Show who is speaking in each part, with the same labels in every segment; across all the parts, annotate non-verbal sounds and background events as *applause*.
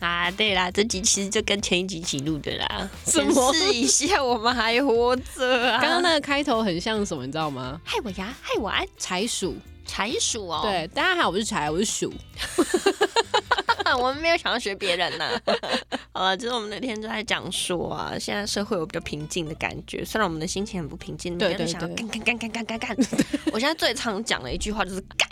Speaker 1: 啊！对啦，这集其实就跟前一集一起录的啦。
Speaker 2: 什么
Speaker 1: 显示一下我们还活着 *laughs* 啊！
Speaker 2: 刚刚那个开头很像什么，你知道吗？
Speaker 1: 害我呀，害我安
Speaker 2: 柴鼠。
Speaker 1: 柴鼠哦。
Speaker 2: 对，大家好，我是柴，我是鼠。
Speaker 1: *laughs* 我们没有想要学别人呐、 *laughs* 好了，就是我们那天就在讲说啊，现在社会有比较平静的感觉，虽然我们的心情很不平静，
Speaker 2: 对
Speaker 1: 每个人
Speaker 2: 对
Speaker 1: 想要
Speaker 2: 对
Speaker 1: 干干干干干干 *laughs* 干。我现在最常讲的一句话就是干。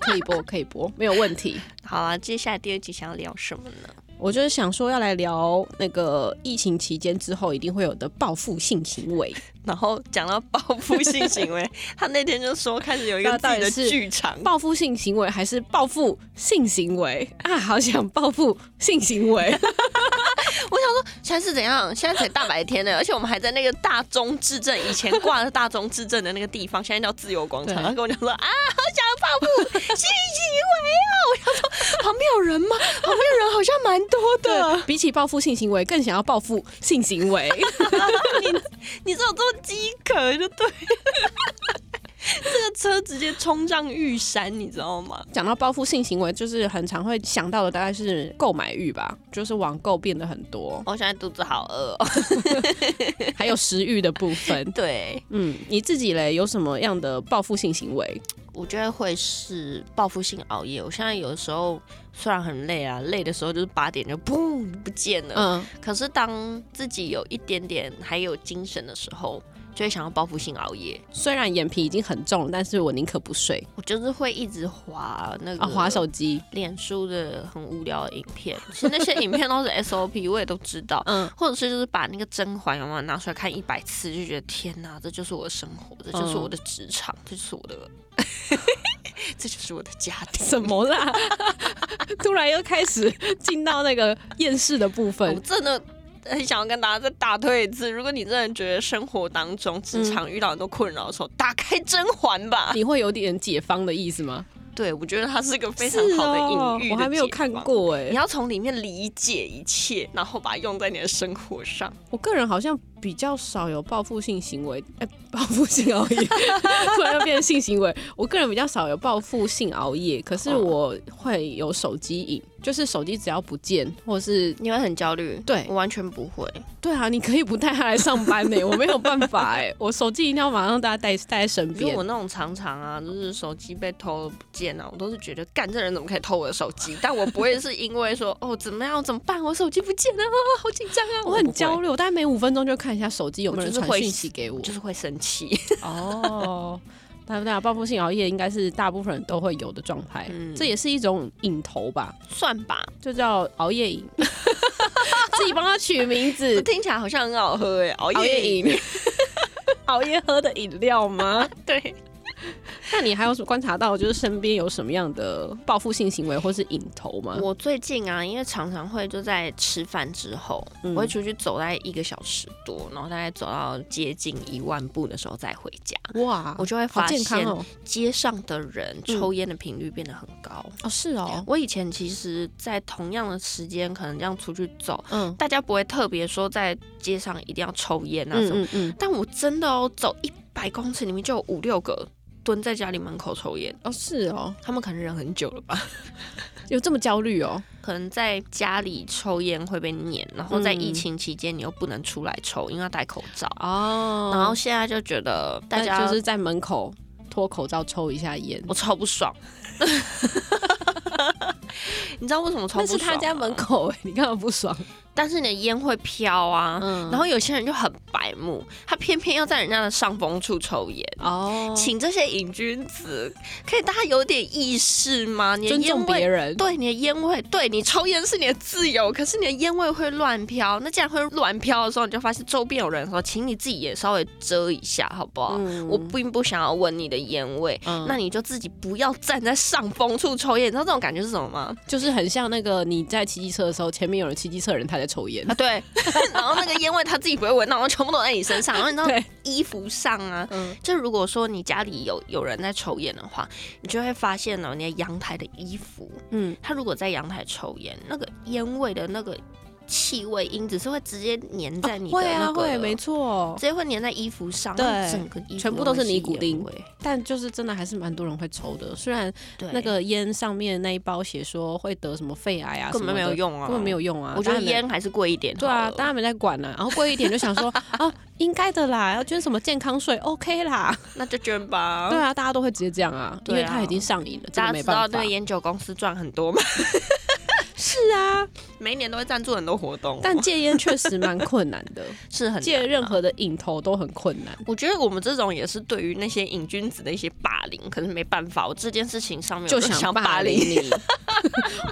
Speaker 2: 可以 *laughs* 播，可以播，没有问题。
Speaker 1: 好啊，接下来第二集想要聊什么呢？
Speaker 2: 我就是想说要来聊那个疫情期间之后一定会有的报复性行 *laughs* 为，
Speaker 1: 然后讲到报复性行 *laughs* 为，他那天就说开始有一个自
Speaker 2: 那到
Speaker 1: 己
Speaker 2: 底
Speaker 1: 的
Speaker 2: 是
Speaker 1: 剧场，
Speaker 2: 报复性行为还是报复性行为啊？好想报复性行为，
Speaker 1: 现在是怎样？现在才大白天呢， *laughs* 而且我们还在那个大中至正以前挂的大中至正的那个地方，现在叫自由广场。
Speaker 2: 对
Speaker 1: 他跟我讲说啊，好想跑步，性行为啊！我想说旁边有人 *laughs* 吗？旁边人好像蛮多的。
Speaker 2: *laughs* 对，啊比起报复性行为，更想要报复性行为。
Speaker 1: 你这有这么饥渴就对了。 *laughs* 这个车直接冲上玉山，你知道吗？，
Speaker 2: 讲到报复性行为，就是很常会想到的，大概是购买欲吧，就是网购变得很多 *laughs*
Speaker 1: 我现在肚子好饿、哦。
Speaker 2: 还有食欲的部分。
Speaker 1: 对，
Speaker 2: *laughs* 嗯，你自己嘞有什么样的报复性行为？
Speaker 1: 我觉得会是报复性熬夜。我现在有时候虽然很累啊，累的时候就是八点就砰不见了。
Speaker 2: 嗯，
Speaker 1: 可是当自己有一点点还有精神的时候，就会想要报复性熬夜。
Speaker 2: 虽然眼皮已经很重了，但是我宁可不睡
Speaker 1: 我就是会一直滑那个
Speaker 2: 啊，划手、机。
Speaker 1: 脸书的很无聊的影片，其实那些影片都是 SOP，我也都知道。
Speaker 2: 嗯，
Speaker 1: 或者是就是把那个甄嬛有没有拿出来看一百次，就觉得天哪，这就是我的生活，这
Speaker 2: 嗯
Speaker 1: 就是我的职场，这就是我
Speaker 2: *laughs*
Speaker 1: 的，这就是我的家庭。
Speaker 2: 什么啦？ *laughs* 突然又开始进到那个厌世的部
Speaker 1: 我
Speaker 2: 分。
Speaker 1: 真的很想要跟大家再打退一次。如果你真的觉得生活当中、职场遇到很多困扰的时候，打开甄嬛吧。
Speaker 2: 你会有点解放的意思吗？
Speaker 1: 对，我觉得它是一个非常
Speaker 2: 是
Speaker 1: 好的
Speaker 2: 哦
Speaker 1: 隐喻、
Speaker 2: 我还没有看。过哎、
Speaker 1: 你要从里面理解一切，然后把它用在你的生活上。
Speaker 2: 我个人好像比较少有报复性行为，哎、报复性熬夜，突然又变成性行为。我个人比较少有报复性熬夜，可是
Speaker 1: 哦
Speaker 2: 我会有手机瘾，就是手机只要不见，或是
Speaker 1: 你会很焦虑，
Speaker 2: 对
Speaker 1: 我完全不会。
Speaker 2: 对啊，你可以不带它来上班呢、我没有办法哎、我手机一定要马上大家带带在身
Speaker 1: 比如
Speaker 2: 边
Speaker 1: 我。那种常常啊，就是手机被偷了不见啊，我都是觉得干这人怎么可以偷我的手机？但我不会是因为说哦怎么样怎么办，我手机不见了，啊好紧张 *laughs* 啊，
Speaker 2: 我
Speaker 1: 不
Speaker 2: 很
Speaker 1: 会
Speaker 2: 焦，虑，我大概每五分钟就看一下手机有没有人
Speaker 1: 我就是
Speaker 2: 传
Speaker 1: 会
Speaker 2: 讯息给我
Speaker 1: 我。就是会生气。
Speaker 2: *laughs* 哦，那那报复性熬夜应该是大部分人都会有的状态，
Speaker 1: *laughs* 嗯
Speaker 2: 这也是一种瘾头吧。
Speaker 1: 算吧，
Speaker 2: 就叫熬夜 *laughs* 饮，自己帮他取名 *laughs* 字，
Speaker 1: *laughs* 听起来好像很好喝哎，熬
Speaker 2: 熬夜
Speaker 1: 夜饮，
Speaker 2: 饮， *laughs* 熬夜喝的饮料吗？
Speaker 1: 对，
Speaker 2: *laughs* 那你还有什么观察到，就是身边有什么样的报复性行为或是瘾头吗？
Speaker 1: *laughs* 我最近啊，因为常常会就在吃饭之后，
Speaker 2: 嗯
Speaker 1: 我会出去走大概一个小时多，然后大概走到接近一万步的时候再回家。
Speaker 2: 哇
Speaker 1: 我，就会
Speaker 2: 好
Speaker 1: 发
Speaker 2: 健康
Speaker 1: 现
Speaker 2: 哦！
Speaker 1: 街上的人抽烟的频率变得很高。
Speaker 2: 哦，是哦，
Speaker 1: 我以前其实，在同样的时间，可能这样出去走，
Speaker 2: 嗯
Speaker 1: 大家不会特别说在街上一定要抽烟啊什
Speaker 2: 嗯
Speaker 1: 么。
Speaker 2: 嗯嗯，
Speaker 1: 但我真的哦，走一百公尺里面就有五六个蹲在家里门口抽烟，
Speaker 2: 哦是哦，
Speaker 1: 他们可能忍很久了吧。
Speaker 2: 有这么焦虑哦？
Speaker 1: 可能在家里抽烟会被撵，然后在
Speaker 2: 嗯
Speaker 1: 疫情期间你又不能出来抽，因为要戴口罩。
Speaker 2: 哦
Speaker 1: 然后现在就觉得大家
Speaker 2: 就是在门口脱口罩抽一下烟，
Speaker 1: 我超不爽， *laughs* 你知道为什么超
Speaker 2: 那
Speaker 1: 不爽？
Speaker 2: 是他家门，口 *laughs* 哎，你干嘛不爽？
Speaker 1: 但是你的烟会飘啊。
Speaker 2: 嗯
Speaker 1: 然后有些人就很白目，他偏偏要在人家的上风处抽烟。
Speaker 2: 哦，
Speaker 1: 请这些瘾君子，可以大家有点意识吗？你的
Speaker 2: 尊
Speaker 1: 烟
Speaker 2: 重
Speaker 1: 味
Speaker 2: 别人，
Speaker 1: 对你的烟味，对你抽烟是你的自由，可是你的烟味会乱飘。那既然会乱飘的时候，你就发现周边有人的时候，请你自己也稍微遮一下，好不好？
Speaker 2: 嗯
Speaker 1: 我并不想要闻你的烟味，
Speaker 2: 嗯
Speaker 1: 那你就自己不要站在上风处抽烟。你知道这种感觉是什么吗？
Speaker 2: 就是很像那个你在骑机车的时候，前面有人骑机车的人他在在抽烟
Speaker 1: 啊，。对， *laughs* 然后那个烟味他自己不会闻到，然后全部都在你身
Speaker 2: *laughs*
Speaker 1: 上，然后你知道
Speaker 2: 对，
Speaker 1: 衣服上啊，
Speaker 2: 嗯，
Speaker 1: 就如果说你家里有有人在抽烟的话，你就会发现哦呢，你的阳台的衣服，
Speaker 2: 嗯，
Speaker 1: 他如果在阳台抽烟，那个烟味的那个气味因子是会直接粘在你的
Speaker 2: 会
Speaker 1: 那
Speaker 2: 啊
Speaker 1: 个，
Speaker 2: 会，没错
Speaker 1: 直。接会粘在衣服上，
Speaker 2: 对
Speaker 1: 然后整个衣服
Speaker 2: 全部都是尼古丁
Speaker 1: 烟味。
Speaker 2: 但就是真的还是蛮多人会抽的，虽然
Speaker 1: 对，
Speaker 2: 那个烟上面那一包写说会得什么肺癌啊，
Speaker 1: 根本没有、用啊，
Speaker 2: 根本没有。用啊。
Speaker 1: 我觉得
Speaker 2: 大家没
Speaker 1: 烟还是贵一点好
Speaker 2: 对啊，
Speaker 1: 了。
Speaker 2: 大家没在管呢、啊。然后贵一点就
Speaker 1: *laughs*
Speaker 2: 想说啊，应该的啦，要捐什么健康税，OK 啦。
Speaker 1: 那就捐吧。
Speaker 2: 对啊，大家都会直接这样啊，因
Speaker 1: 对啊
Speaker 2: 为他已经上瘾了，这
Speaker 1: 大家
Speaker 2: 个没
Speaker 1: 知道
Speaker 2: 办
Speaker 1: 那
Speaker 2: 法
Speaker 1: 个。烟酒公司赚很多 *laughs* 嘛，
Speaker 2: 是啊，
Speaker 1: 每一年都会赞助很多活动哦，
Speaker 2: 但戒烟确实蛮困难的，
Speaker 1: 是 *laughs* 很
Speaker 2: 戒
Speaker 1: 难
Speaker 2: 任
Speaker 1: 啊
Speaker 2: 何的瘾头都很困难。
Speaker 1: 我觉得我们这种也是对于那些瘾君子的一些霸凌，可是没办法，我这件事情上面
Speaker 2: 就
Speaker 1: 我想
Speaker 2: 想霸凌。你。 *laughs*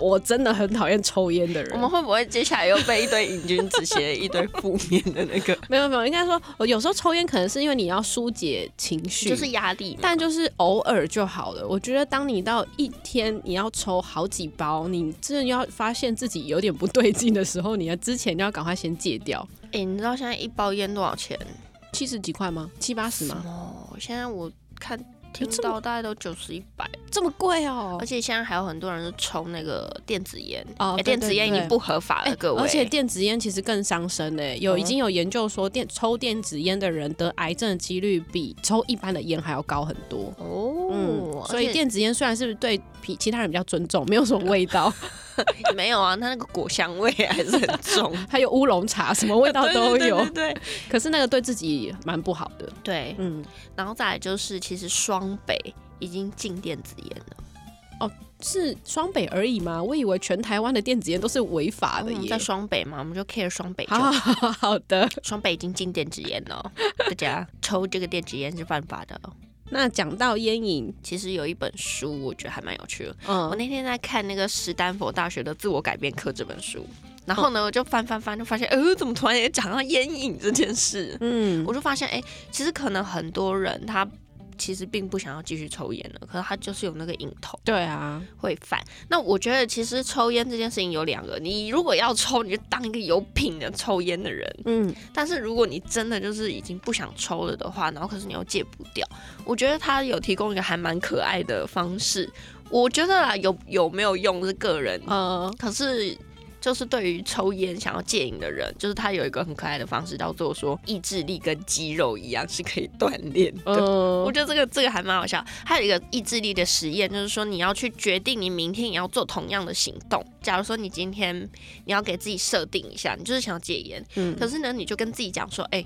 Speaker 2: 我真的很讨厌抽烟的
Speaker 1: 我们
Speaker 2: 人。
Speaker 1: 会不会接下来又被一堆瘾君子写一堆负面的那 *laughs* 个？
Speaker 2: 没有没有，应该说，我有时候抽烟可能是因为你要疏解情绪，
Speaker 1: 就是压力嘛，
Speaker 2: 但就是偶尔就好了。我觉得当你到一天你要抽好几包，你真的要发现自己有点不对劲的时候，你要之前就要赶快先戒掉。
Speaker 1: 哎、你知道现在一包烟多少钱？
Speaker 2: 七十几块吗？七八十吗？
Speaker 1: 哦，现在我看听
Speaker 2: 这么
Speaker 1: 到大概都九十一百，
Speaker 2: 这么贵哦
Speaker 1: 而！且现在还有很多人是抽那个电子烟，
Speaker 2: 哦
Speaker 1: 哎
Speaker 2: 对
Speaker 1: 电子烟已
Speaker 2: 对
Speaker 1: 经不合法了，
Speaker 2: 哎
Speaker 1: 各位。
Speaker 2: 而且电子烟其实更伤身诶、有
Speaker 1: 嗯
Speaker 2: 已经有研究说电抽电子烟的人得癌症的几率比抽一般的烟还要高很多。
Speaker 1: 哦，
Speaker 2: 嗯，
Speaker 1: 而
Speaker 2: 所以
Speaker 1: 且
Speaker 2: 电子烟虽然是对比其他人比较尊重，没有什么味
Speaker 1: *laughs*
Speaker 2: 道，
Speaker 1: 没有啊，它那个果香味还是很 *laughs* 重，
Speaker 2: 还有乌龙茶，什么味道都
Speaker 1: 对
Speaker 2: 有。
Speaker 1: 对对对对
Speaker 2: 可是那个对自己蛮不好的。
Speaker 1: 对
Speaker 2: 嗯，
Speaker 1: 然后再来就是，其实双北已经禁电子烟了，
Speaker 2: 是双北而已吗？我以为全台湾的电子烟都是违法
Speaker 1: 我
Speaker 2: 的
Speaker 1: 们哦嗯
Speaker 2: 耶。
Speaker 1: 在双北嘛，我们就 care 双北就好。
Speaker 2: 好好好好的，
Speaker 1: 双北已经禁电子烟了，哦 *laughs* 大家抽这个电子烟是犯法的。哦
Speaker 2: 那讲到烟瘾，
Speaker 1: 其实有一本书，我觉得还蛮有趣的。我
Speaker 2: 嗯，
Speaker 1: 那天在看那个史丹佛大学的《自我改变课》这本书，然后呢，我就翻翻翻，就发现，呃，怎么突然也讲到烟瘾这件事？
Speaker 2: 嗯，
Speaker 1: 我就发现，哎、其实可能很多人他其实并不想要继续抽烟了，可是他就是有那个瘾头。
Speaker 2: 对啊，
Speaker 1: 会犯。那我觉得其实抽烟这件事情有两个，你如果要抽，你就当一个有品的抽烟的人；
Speaker 2: 嗯，
Speaker 1: 但是如果你真的就是已经不想抽了的话，然后可是你又戒不掉，我觉得他有提供一个还蛮可爱的方式。我觉得啦，有有没有用是个人，
Speaker 2: 呃，
Speaker 1: 可是。就是对于抽烟想要戒瘾的人，就是他有一个很可爱的方式，叫做说意志力跟肌肉一样是可以锻炼的。我
Speaker 2: 呃，
Speaker 1: 觉得这个这个还蛮好笑。还有一个意志力的实验，就是说你要去决定你明天也要做同样的行动。假如说你今天你要给自己设定一下，你就是想要戒烟，
Speaker 2: 嗯
Speaker 1: 可是呢，你就跟自己讲说，哎、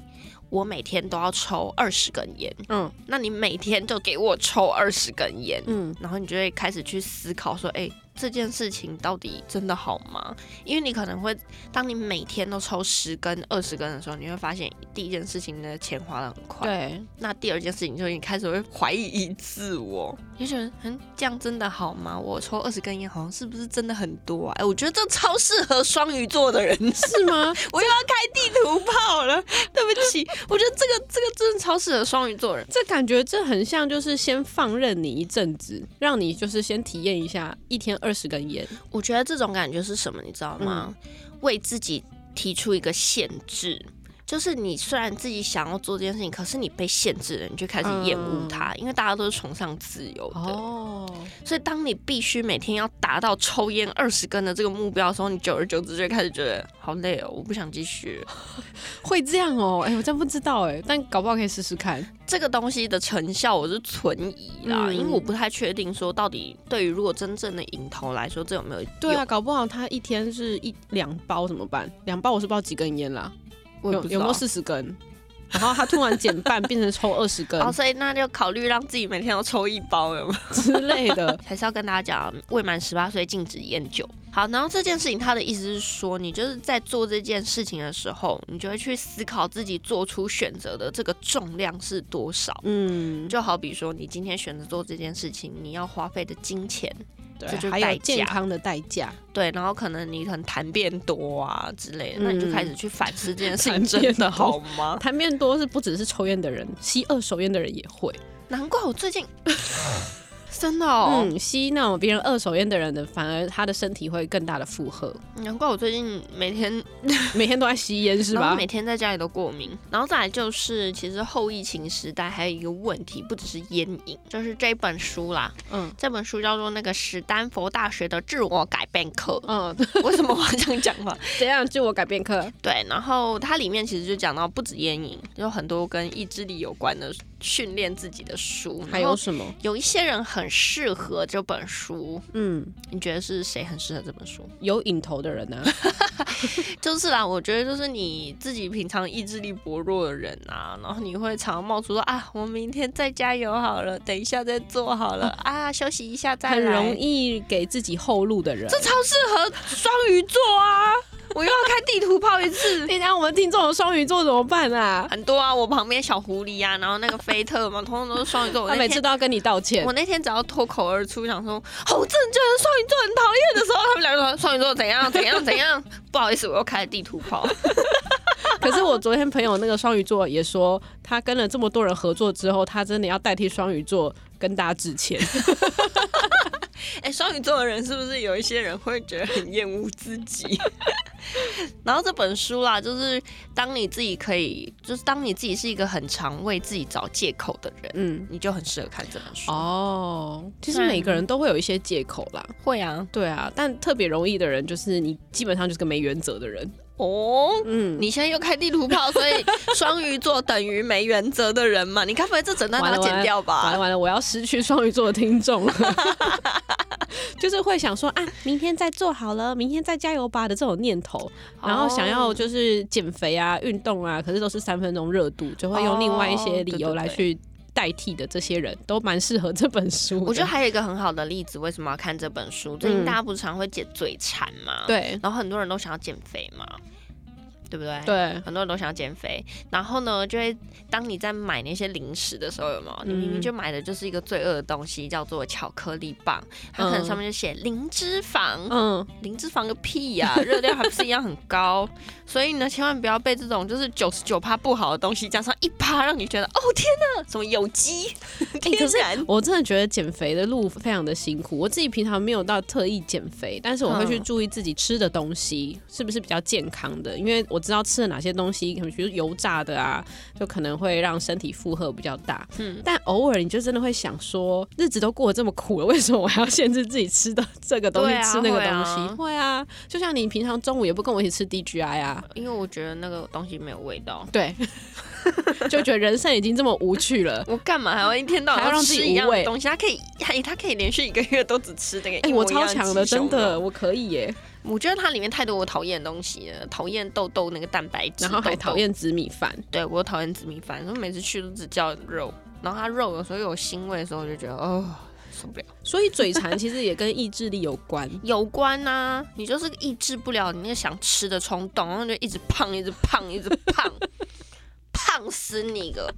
Speaker 1: 我每天都要抽二十根烟，
Speaker 2: 嗯
Speaker 1: 那你每天就给我抽二十根烟，
Speaker 2: 嗯，
Speaker 1: 然后你就会开始去思考说，哎、这件事情到底真的好吗？因为你可能会，当你每天都抽十根、二十根的时候，你会发现第一件事情，你的钱花的很快，
Speaker 2: 对，
Speaker 1: 那第二件事情就是你开始会怀疑自我，你就觉得嗯，这样真的好吗？我抽二十根烟，好像是不是真的很多啊？哎、我觉得这超适合双鱼座的人，
Speaker 2: 是吗？
Speaker 1: 我又要开地图炮了，对不起，我觉得这个这个真的超适合双鱼座人。
Speaker 2: *laughs* 这感觉这很像，就是先放任你一阵子，让你就是先体验一下一天二十根烟。
Speaker 1: 我觉得这种感觉是什么，你知道吗？为自己提出一个限制。就是你虽然自己想要做这件事情，可是你被限制了，你就开始厌恶它，因为大家都是崇尚自由的。
Speaker 2: 哦，
Speaker 1: 所以，当你必须每天要达到抽烟二十根的这个目标的时候，你久而久之就会开始觉得好累哦，我不想继续了。
Speaker 2: 会这样哦？哎、我真不知道哎，但搞不好可以试试看。
Speaker 1: 这个东西的成效我是存疑啦，
Speaker 2: 嗯
Speaker 1: 因为我不太确定说到底对于如果真正的瘾头来说，这有没有用？
Speaker 2: 对啊，搞不好他一天是一两包怎么办？两包我是不知道几根烟啦，
Speaker 1: 我也
Speaker 2: 有
Speaker 1: 不知
Speaker 2: 有
Speaker 1: 道
Speaker 2: 没有四十根？然后他突然减 *laughs* 半变成抽二十根
Speaker 1: 哦，所以那就考虑让自己每天要抽一包了吗？
Speaker 2: 之类 *laughs* 的。
Speaker 1: 还是要跟大家讲，未满十八岁禁止烟酒。好，然后这件事情，他的意思是说，你就是在做这件事情的时候，你就会去思考自己做出选择的这个重量是多少。
Speaker 2: 嗯，
Speaker 1: 就好比说，你今天选择做这件事情，你要花费的金钱，这就是
Speaker 2: 对，还
Speaker 1: 代
Speaker 2: 有
Speaker 1: 价
Speaker 2: 健康的代价，
Speaker 1: 对，然后可能你可能谈变多啊之类的，
Speaker 2: 嗯
Speaker 1: 那你就开始去反思这件事情
Speaker 2: 谈
Speaker 1: 真
Speaker 2: 变多
Speaker 1: 的好 *laughs* 吗？*laughs*
Speaker 2: 谈变多是不只是抽烟的人，吸二手烟的人也会。
Speaker 1: 难怪我最近真的哦，
Speaker 2: 嗯，吸那种别人二手烟的人的，反而他的身体会更大的负荷，
Speaker 1: 难怪我最近每天
Speaker 2: 每天都在吸烟是
Speaker 1: 然后
Speaker 2: 吧
Speaker 1: 每？天在家里都过敏，然后再来就是，其实后疫情时代还有一个问题，不只是烟瘾，就是这本书啦。
Speaker 2: 嗯
Speaker 1: 这本书叫做《那个史丹佛大学的自我改变课
Speaker 2: 嗯，》，
Speaker 1: 为什么我要这样讲嘛？
Speaker 2: 怎样自我改变课？
Speaker 1: *laughs* 对，然后它里面其实就讲到不止烟瘾，有很多跟意志力有关的训练自己的书，
Speaker 2: 还
Speaker 1: 然
Speaker 2: 有
Speaker 1: 后
Speaker 2: 什么？
Speaker 1: 有一些人很适合这本书，
Speaker 2: 嗯，
Speaker 1: 你觉得是谁很适合这本书？
Speaker 2: 有瘾头的人呢、啊
Speaker 1: 就是啦，我觉得就是你自己平常意志力薄弱的人啊，然后你会常冒出说啊，我明天再加油好了，等一下再做好
Speaker 2: *laughs*
Speaker 1: 了啊，休息一下再来
Speaker 2: 很容，易给自己后路的人。
Speaker 1: 这超适合双鱼座啊！我又要开地图炮一次。
Speaker 2: 你讲哎我们听众有双鱼座怎么办啊？
Speaker 1: 很多啊，我旁边小狐狸啊，然后那个菲特嘛，通通都是双鱼座。我
Speaker 2: 他
Speaker 1: 那
Speaker 2: 每次
Speaker 1: 天
Speaker 2: 都要跟你道歉
Speaker 1: 我。那天只要脱口而出想说，好正确的双鱼座很讨厌的时候，他们两个说双鱼座怎样怎样怎样，不好意思，我又开了地图炮。 *laughs*
Speaker 2: 可是我昨天朋友那个双鱼座也说，他跟了这么多人合作之后，他真的要代替双鱼座跟大家致歉。
Speaker 1: 哎，双鱼座的人是不是有一些人会觉得很厌恶自己？ *laughs* 然后这本书啦，就是当你自己可以，就是当你自己是一个很常为自己找借口的人，
Speaker 2: 嗯，
Speaker 1: 你就很适合看这本书。
Speaker 2: 哦，其实
Speaker 1: 嗯
Speaker 2: 每个人都会有一些借口啦。
Speaker 1: 会啊，
Speaker 2: 对啊，但特别容易的人，就是你基本上就是个没原则的人。
Speaker 1: 哦。
Speaker 2: 嗯，
Speaker 1: 你现在又开地图炮，所以双鱼座等于没原则的人嘛？你该不会这整段把它剪掉
Speaker 2: 完了
Speaker 1: 吧？
Speaker 2: 完了，我要失去双鱼座的听
Speaker 1: *laughs*
Speaker 2: 众了。 *laughs* 就是会想说啊，明天再做好了，明天再加油吧的这种念头，然后想
Speaker 1: 哦
Speaker 2: 要就是减肥啊、运动啊，可是都是三分钟热度，就会用另外一些理由
Speaker 1: 哦对对对
Speaker 2: 来去代替的。这些人都蛮适合这本书的，
Speaker 1: 我觉得还有一个很好的例子，为什么要看这本书？最近大家不是常会解嘴馋嘛？。
Speaker 2: 嗯对
Speaker 1: 然后很多人都想要减肥嘛，对不对？
Speaker 2: 对，
Speaker 1: 很多人都想要减肥，然后呢，就会当你在买那些零食的时候，有没有？你明
Speaker 2: 嗯
Speaker 1: 明就买的就是一个罪恶的东西，叫做巧克力棒，它可能上面就写零脂肪，
Speaker 2: 嗯，
Speaker 1: 零脂肪个屁呀、热量还不是一样很高。所以呢，千万不要被这种就是九十九趴不好的东西加上一趴，让你觉得哦天哪，什么有机
Speaker 2: 哎
Speaker 1: 天然。
Speaker 2: 我真的觉得减肥的路非常的辛苦。我自己平常没有到特意减肥，但是我会去
Speaker 1: 嗯
Speaker 2: 注意自己吃的东西是不是比较健康的，因为我知道吃了哪些东西，可能比如油炸的啊，就可能会让身体负荷比较大。
Speaker 1: 嗯
Speaker 2: 但偶尔你就真的会想说，日子都过得这么苦了，为什么我还要限制自己吃的这个东西、
Speaker 1: 对啊
Speaker 2: 吃那个
Speaker 1: 会
Speaker 2: 东
Speaker 1: 啊
Speaker 2: 西？会啊，就像你平常中午也不跟我一起吃 DGI 啊。
Speaker 1: 因为我觉得那个东西没有味道，
Speaker 2: 对， *laughs* 就觉得人生已经这么无趣了，
Speaker 1: 我干嘛还要一天到晚
Speaker 2: 还要让自己
Speaker 1: 吃一样
Speaker 2: 无
Speaker 1: 的
Speaker 2: 味
Speaker 1: 东西？它可以，它它可以连续一个月都只吃那个。*laughs*
Speaker 2: 哎、
Speaker 1: 一模
Speaker 2: 我
Speaker 1: 一
Speaker 2: 超
Speaker 1: 样
Speaker 2: 强
Speaker 1: 鸡
Speaker 2: 的，真
Speaker 1: 胸肉
Speaker 2: 的，我可以耶、
Speaker 1: 我觉得它里面太多我讨厌的东西了，讨厌豆豆那个蛋白质，
Speaker 2: 然后还
Speaker 1: 豆豆
Speaker 2: 讨，厌紫米饭，
Speaker 1: 对我讨厌紫米饭，所以每次去都只叫肉，然后它肉有时候有腥味的时候，我就觉得哦受不了。
Speaker 2: 所以嘴馋其实也跟意志力有关。
Speaker 1: 有关呐、你就是抑制不了你那个想吃的冲动，然后就一直胖，一直胖，一直胖， *laughs* 胖死你个！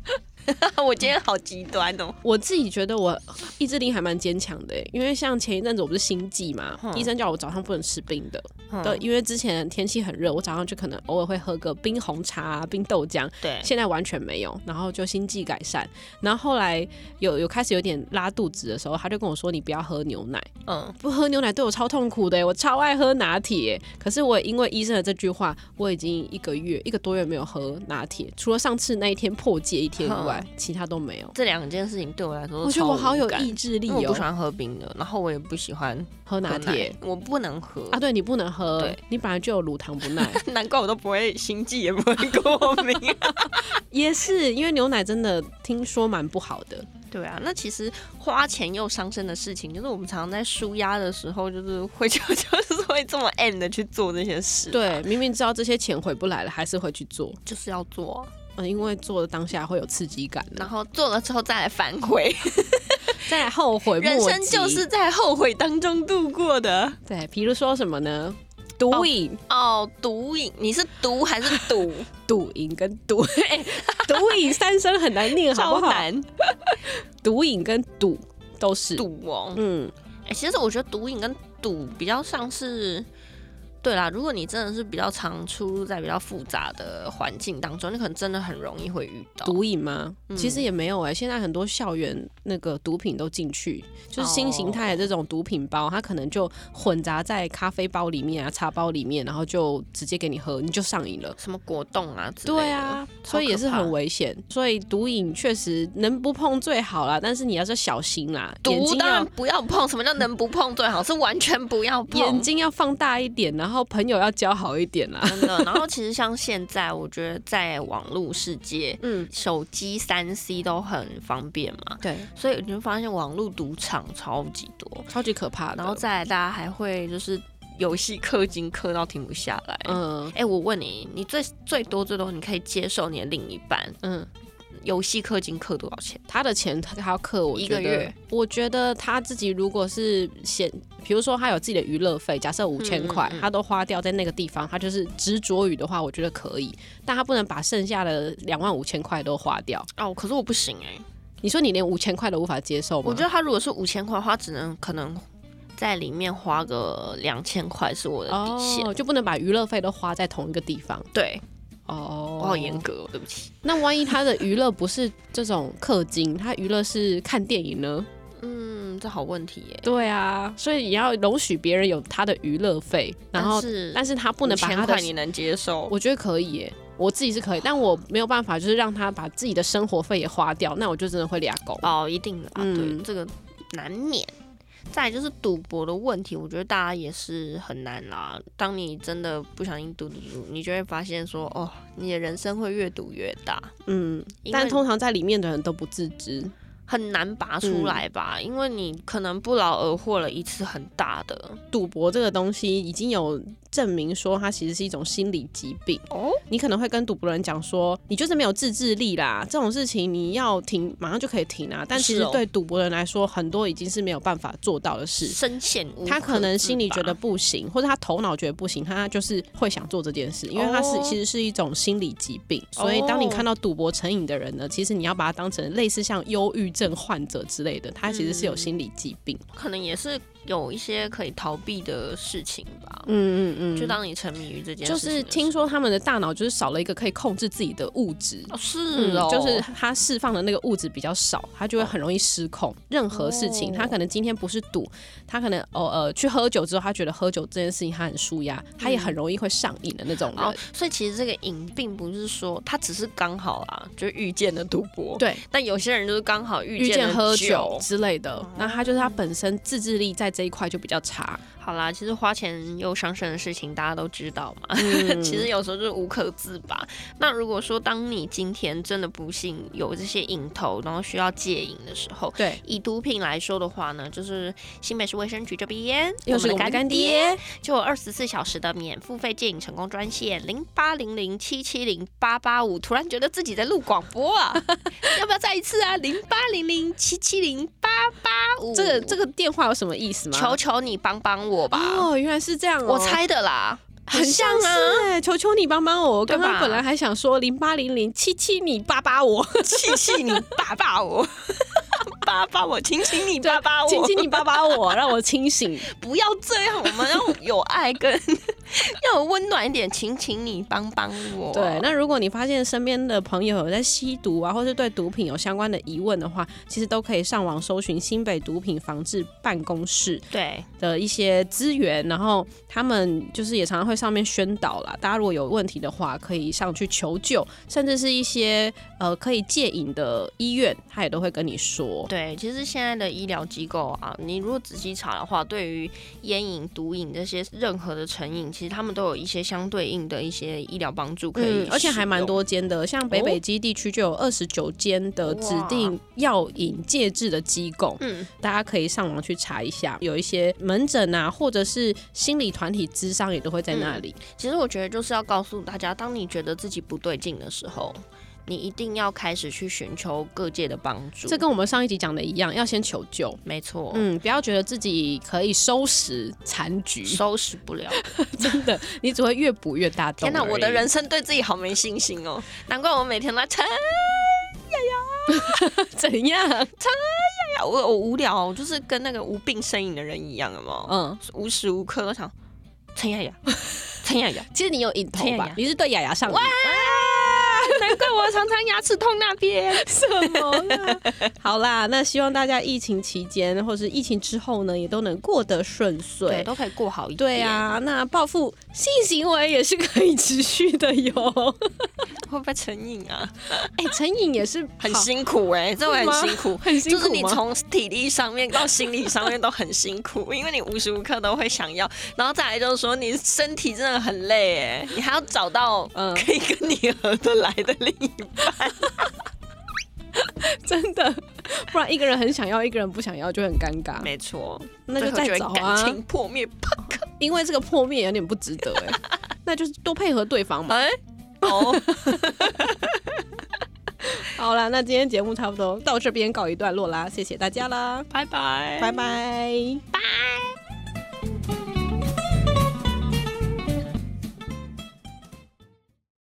Speaker 1: *laughs* 我今天好极端哦，
Speaker 2: 我自己觉得我意志力还蛮坚强的耶，欸因为像前一阵子我不是心悸嘛，
Speaker 1: 嗯
Speaker 2: 医生叫我早上不能吃冰的，
Speaker 1: 嗯
Speaker 2: 对，因为之前天气很热，我早上就可能偶尔会喝个冰红茶啊、冰豆浆，
Speaker 1: 对，
Speaker 2: 现在完全没有，然后就心悸改善，然后后来有有开始有点拉肚子的时候，他就跟我说你不要喝牛奶，
Speaker 1: 嗯，
Speaker 2: 不喝牛奶对我超痛苦的欸耶，我超爱喝拿铁耶。可是我也因为医生的这句话，我已经一个月一个多月没有喝拿铁，除了上次那一天破戒一天以外，其他都没有。
Speaker 1: 这两件事情对我来说，
Speaker 2: 我觉得我好有意。志力
Speaker 1: 因为我不喜
Speaker 2: 哦，
Speaker 1: 欢喝冰的，然后我也不喜欢
Speaker 2: 喝拿
Speaker 1: 喝奶
Speaker 2: 铁，
Speaker 1: 我不能喝
Speaker 2: 啊！对你不能喝
Speaker 1: 对，
Speaker 2: 你本来就有乳糖不
Speaker 1: *laughs*
Speaker 2: 耐，
Speaker 1: 难怪我都不会心悸，也不会过敏。 *laughs*
Speaker 2: 也是因为牛奶真的听说蛮不好的。
Speaker 1: 对啊，那其实花钱又伤身的事情，就是我们常常在舒压的时候，就是会就 *laughs* 就是会这么 M 的去做这些事。，
Speaker 2: 对，明明知道这些钱回不来了，还是会去做，
Speaker 1: 就是要做，啊
Speaker 2: 嗯，因为做的当下会有刺激感呢
Speaker 1: 然，后做了之后再来反悔，
Speaker 2: 再来后悔莫及。
Speaker 1: 人生就是在后悔当中度过的。
Speaker 2: 对，比如说什么呢？毒
Speaker 1: 哦
Speaker 2: 瘾、
Speaker 1: 哦，毒瘾，你是毒还是赌？
Speaker 2: 赌瘾跟赌， *laughs* 哎毒瘾三声很难念，好
Speaker 1: *laughs* *laughs* 超
Speaker 2: 不好？
Speaker 1: 难
Speaker 2: 毒瘾跟赌都是，
Speaker 1: 赌哦。
Speaker 2: 嗯，
Speaker 1: 哎、其实我觉得毒瘾跟赌比较像是对啦，如果你真的是比较常出入在比较复杂的环境当中，你可能真的很容易会遇到。
Speaker 2: 毒瘾吗？
Speaker 1: 嗯
Speaker 2: 其实也没有哎、现在很多校园那个毒品都进去，就是新形态的这种毒品包，它可能就混杂在咖啡包里面啊、茶包里面，然后就直接给你喝，你就上瘾了。
Speaker 1: 什么果冻啊之类的？
Speaker 2: 对啊，所以也是
Speaker 1: 超可怕
Speaker 2: 很危险。所以毒瘾确实能不碰最好啦，但是你要是小心啦，眼
Speaker 1: 毒
Speaker 2: 睛
Speaker 1: 当然
Speaker 2: 要
Speaker 1: 不要碰，什么叫能不碰最好？是完全不要碰。
Speaker 2: 眼睛要放大一点，然后朋友要交好一点啦。
Speaker 1: 真的。然后其实像现在，我觉得在网络世界，
Speaker 2: 嗯，
Speaker 1: 手机三 C 都很方便嘛，
Speaker 2: 对，
Speaker 1: 所以你就发现网络赌场超级多，
Speaker 2: 超级可怕的。
Speaker 1: 然后再来大家还会就是游戏氪金氪到停不下来。嗯
Speaker 2: 嗯
Speaker 1: 哎、我问你，你最最多最多你可以接受你的另一半
Speaker 2: 嗯，
Speaker 1: 游戏氪金氪多少钱？
Speaker 2: 他的钱他他要克我
Speaker 1: 一
Speaker 2: 觉
Speaker 1: 个
Speaker 2: 得
Speaker 1: 月，
Speaker 2: 我觉得他自己如果是嫌，比如说他有自己的娱乐费，假设五千块
Speaker 1: 嗯嗯，
Speaker 2: 他都花掉在那个地方，他就是执着于的话，我觉得可以，但他不能把剩下的两万五千块都花掉。
Speaker 1: 哦，可是我不行哎、
Speaker 2: 你说你连五千块都无法接受吗？
Speaker 1: 我觉得他如果是五千块的话，只能可能在里面花个两千块是我的底线。
Speaker 2: 哦，就不能把娱乐费都花在同一个地方
Speaker 1: 对，
Speaker 2: 哦。
Speaker 1: 我好严格、哦，对不起。
Speaker 2: 那万一他的娱乐不是这种氪金，他娱乐是看电影呢？
Speaker 1: 嗯，这好问题耶。
Speaker 2: 对啊，所以也要容许别人有他的娱乐费，然后
Speaker 1: 但是
Speaker 2: 但是他不能把他
Speaker 1: 千
Speaker 2: 的
Speaker 1: 块，你能接受？
Speaker 2: 我觉得可以耶，我自己是可以，但我没有办法，就是让他把自己的生活费也花掉，那我就真的会俩狗。
Speaker 1: 哦，一定的啊，
Speaker 2: 嗯
Speaker 1: 对，这个难免。再来就是赌博的问题，我觉得大家也是很难啦。当你真的不小心赌赌赌，你就会发现说，哦，你的人生会越赌越大，
Speaker 2: 嗯，
Speaker 1: 因为
Speaker 2: 但通常在里面的人都不自知。
Speaker 1: 很难拔出来吧，
Speaker 2: 嗯
Speaker 1: 因为你可能不劳而获了一次很大的
Speaker 2: 赌博这个东西已经有证明说，它其实是一种心理疾病。
Speaker 1: 哦，
Speaker 2: 你可能会跟赌博人讲说，你就是没有自制力啦，这种事情你要停，马上就可以停啊。但其
Speaker 1: 是
Speaker 2: 实
Speaker 1: 哦
Speaker 2: 对赌博人来说，很多已经是没有办法做到的事。
Speaker 1: 深陷无
Speaker 2: 他可能
Speaker 1: 自
Speaker 2: 心里
Speaker 1: 拔
Speaker 2: 觉得不行，或者他头脑觉得不行，他就是会想做这件事，因为他是、
Speaker 1: 哦
Speaker 2: 其实是一种心理疾病。所以当你
Speaker 1: 哦
Speaker 2: 看到赌博成瘾的人呢，其实你要把他当成类似像忧郁症患者之类的，他其实是有
Speaker 1: 嗯
Speaker 2: 心理疾病。
Speaker 1: 可能也是有一些可以逃避的事情吧。
Speaker 2: 嗯嗯嗯
Speaker 1: 就当你沉迷于这件事情
Speaker 2: 就
Speaker 1: 的时候，
Speaker 2: 是听说他们的大脑就是少了一个可以控制自己的物质，
Speaker 1: 哦是哦，
Speaker 2: 嗯就是它释放的那个物质比较少，它就会很容易失控。任何事情，
Speaker 1: 哦
Speaker 2: 他可能今天不是赌，他可能偶尔去喝酒之后，他觉得喝酒这件事情他很舒压，他也很容易会上瘾的那种人。
Speaker 1: 嗯哦，所以其实这个瘾并不是说他只是刚好啊，就遇见了赌博。
Speaker 2: 对，
Speaker 1: 但有些人就是刚好遇
Speaker 2: 遇
Speaker 1: 见
Speaker 2: 见
Speaker 1: 了
Speaker 2: 喝酒
Speaker 1: 酒。哦
Speaker 2: 之类的，那他就是他本身自制力在这一块就比较差。
Speaker 1: *laughs* 好啦，其实花钱又伤身的事情大家都知道嘛，*laughs*
Speaker 2: 嗯
Speaker 1: 其实有时候就是无可自拔。那如果说当你今天真的不幸有这些瘾头，然后需要戒瘾的时候，
Speaker 2: 对，
Speaker 1: 以毒品来说的话呢，就是新北市卫生局这边
Speaker 2: 又是我
Speaker 1: 我们的
Speaker 2: 们的干
Speaker 1: 干
Speaker 2: 爹
Speaker 1: 爹，就有二十四小时的免付费戒瘾成功专线零八零零七七零八八五。突然觉得自己在录广播
Speaker 2: *laughs*
Speaker 1: 啊，要不要再一次啊？零八零零七七零八八五。
Speaker 2: 这个这个电话有什么意思吗？
Speaker 1: 哦求求你帮帮我吧，
Speaker 2: 哦，原来是这样、哦，
Speaker 1: 我猜的啦，
Speaker 2: 很像
Speaker 1: 很像啊
Speaker 2: 是哎、求求你帮帮我！我
Speaker 1: 对
Speaker 2: 刚
Speaker 1: 吧
Speaker 2: 刚本来还想说零八零零七七你八八我，
Speaker 1: 气气你爸爸
Speaker 2: *laughs*
Speaker 1: 我。爸爸我，请请你爸爸我，
Speaker 2: 啊亲亲你八八我， *laughs* 让我清醒。
Speaker 1: 不要这样，我们要有爱跟 *laughs* 要有温暖一点，请请你帮帮我。
Speaker 2: 对，那如果你发现身边的朋友有在吸毒啊，或是对毒品有相关的疑问的话，其实都可以上网搜寻新北毒品防治办公室
Speaker 1: 对，
Speaker 2: 的一些资源，然后他们就是也常常会上面宣导啦，大家如果有问题的话，可以上去求救，甚至是一些呃可以戒瘾的医院，他也都会跟你说。
Speaker 1: 对，其实现在的医疗机构啊，你如果仔细查的话，对于烟瘾、毒瘾这些任何的成瘾，其实他们都有一些相对应的一些医疗帮助可以、
Speaker 2: 嗯，而且还蛮。多间的，像北北基地区就有二十九间的指定药引戒治的机构，
Speaker 1: 嗯，
Speaker 2: 大家可以上网去查一下，有一些门诊啊，或者是心理团体咨商也都会在那里。
Speaker 1: 其实我觉得就是要告诉大家，当你觉得自己不对劲的时候，你一定要开始去寻求各界的帮助。
Speaker 2: 这跟我们上一集讲的一样，要先求救。
Speaker 1: 没错，
Speaker 2: 嗯，不要觉得自己可以收拾残局，
Speaker 1: 收拾不
Speaker 2: *laughs*
Speaker 1: 了。
Speaker 2: 真的，你只会越补越大洞而
Speaker 1: 天
Speaker 2: 已。
Speaker 1: 哪，我的人生对自己好没信心哦，难怪我每天都在 *laughs* 哎撑
Speaker 2: 怎样？
Speaker 1: 呀，我我无聊哦，我就是跟那个无病呻吟的人一样，有没有？
Speaker 2: 嗯，
Speaker 1: 无时无刻都想撑陈 *laughs* 雅雅，陈雅雅，
Speaker 2: 其实你有瘾头
Speaker 1: 天
Speaker 2: 吧
Speaker 1: 呀？
Speaker 2: 你是对雅雅上瘾
Speaker 1: 哇，难怪我常常牙齿痛那边。
Speaker 2: 什么啦？ *laughs* 好啦，那希望大家疫情期间或是疫情之后呢，也都能过得顺
Speaker 1: 对，
Speaker 2: 遂。
Speaker 1: 都可以过好一点。
Speaker 2: 对，啊，那报复性行为也是可以持续的
Speaker 1: *laughs*
Speaker 2: 哟。
Speaker 1: 会不会成瘾啊？
Speaker 2: 哎、成瘾也是
Speaker 1: 很
Speaker 2: 好
Speaker 1: 辛苦哎、这会很辛苦。
Speaker 2: 很辛
Speaker 1: 就
Speaker 2: 苦
Speaker 1: 是你
Speaker 2: 吗
Speaker 1: 从体力上面到心理上面都很辛苦， *laughs* 因为你无时无刻都会想要，然后再来就是说你身体真的很累哎，你还要找到
Speaker 2: 嗯
Speaker 1: 可以跟你合得来的另一半，
Speaker 2: *laughs* 真的，不然一个人很想要，一个人不想要就很尴尬。
Speaker 1: 没错，
Speaker 2: 那
Speaker 1: 最
Speaker 2: 就
Speaker 1: 后
Speaker 2: 再
Speaker 1: 会
Speaker 2: 找
Speaker 1: 感
Speaker 2: 啊，
Speaker 1: 情破灭，啪
Speaker 2: 因为这个破灭有点不值得哎、
Speaker 1: *laughs*
Speaker 2: 那就是多配合对方嘛。
Speaker 1: 哎、 *laughs* 哦，
Speaker 2: 好啦，那今天节目
Speaker 1: 哎
Speaker 2: 差不多到这边告一段落啦，谢谢大家啦，
Speaker 1: 拜拜，
Speaker 2: 拜拜。
Speaker 1: 拜。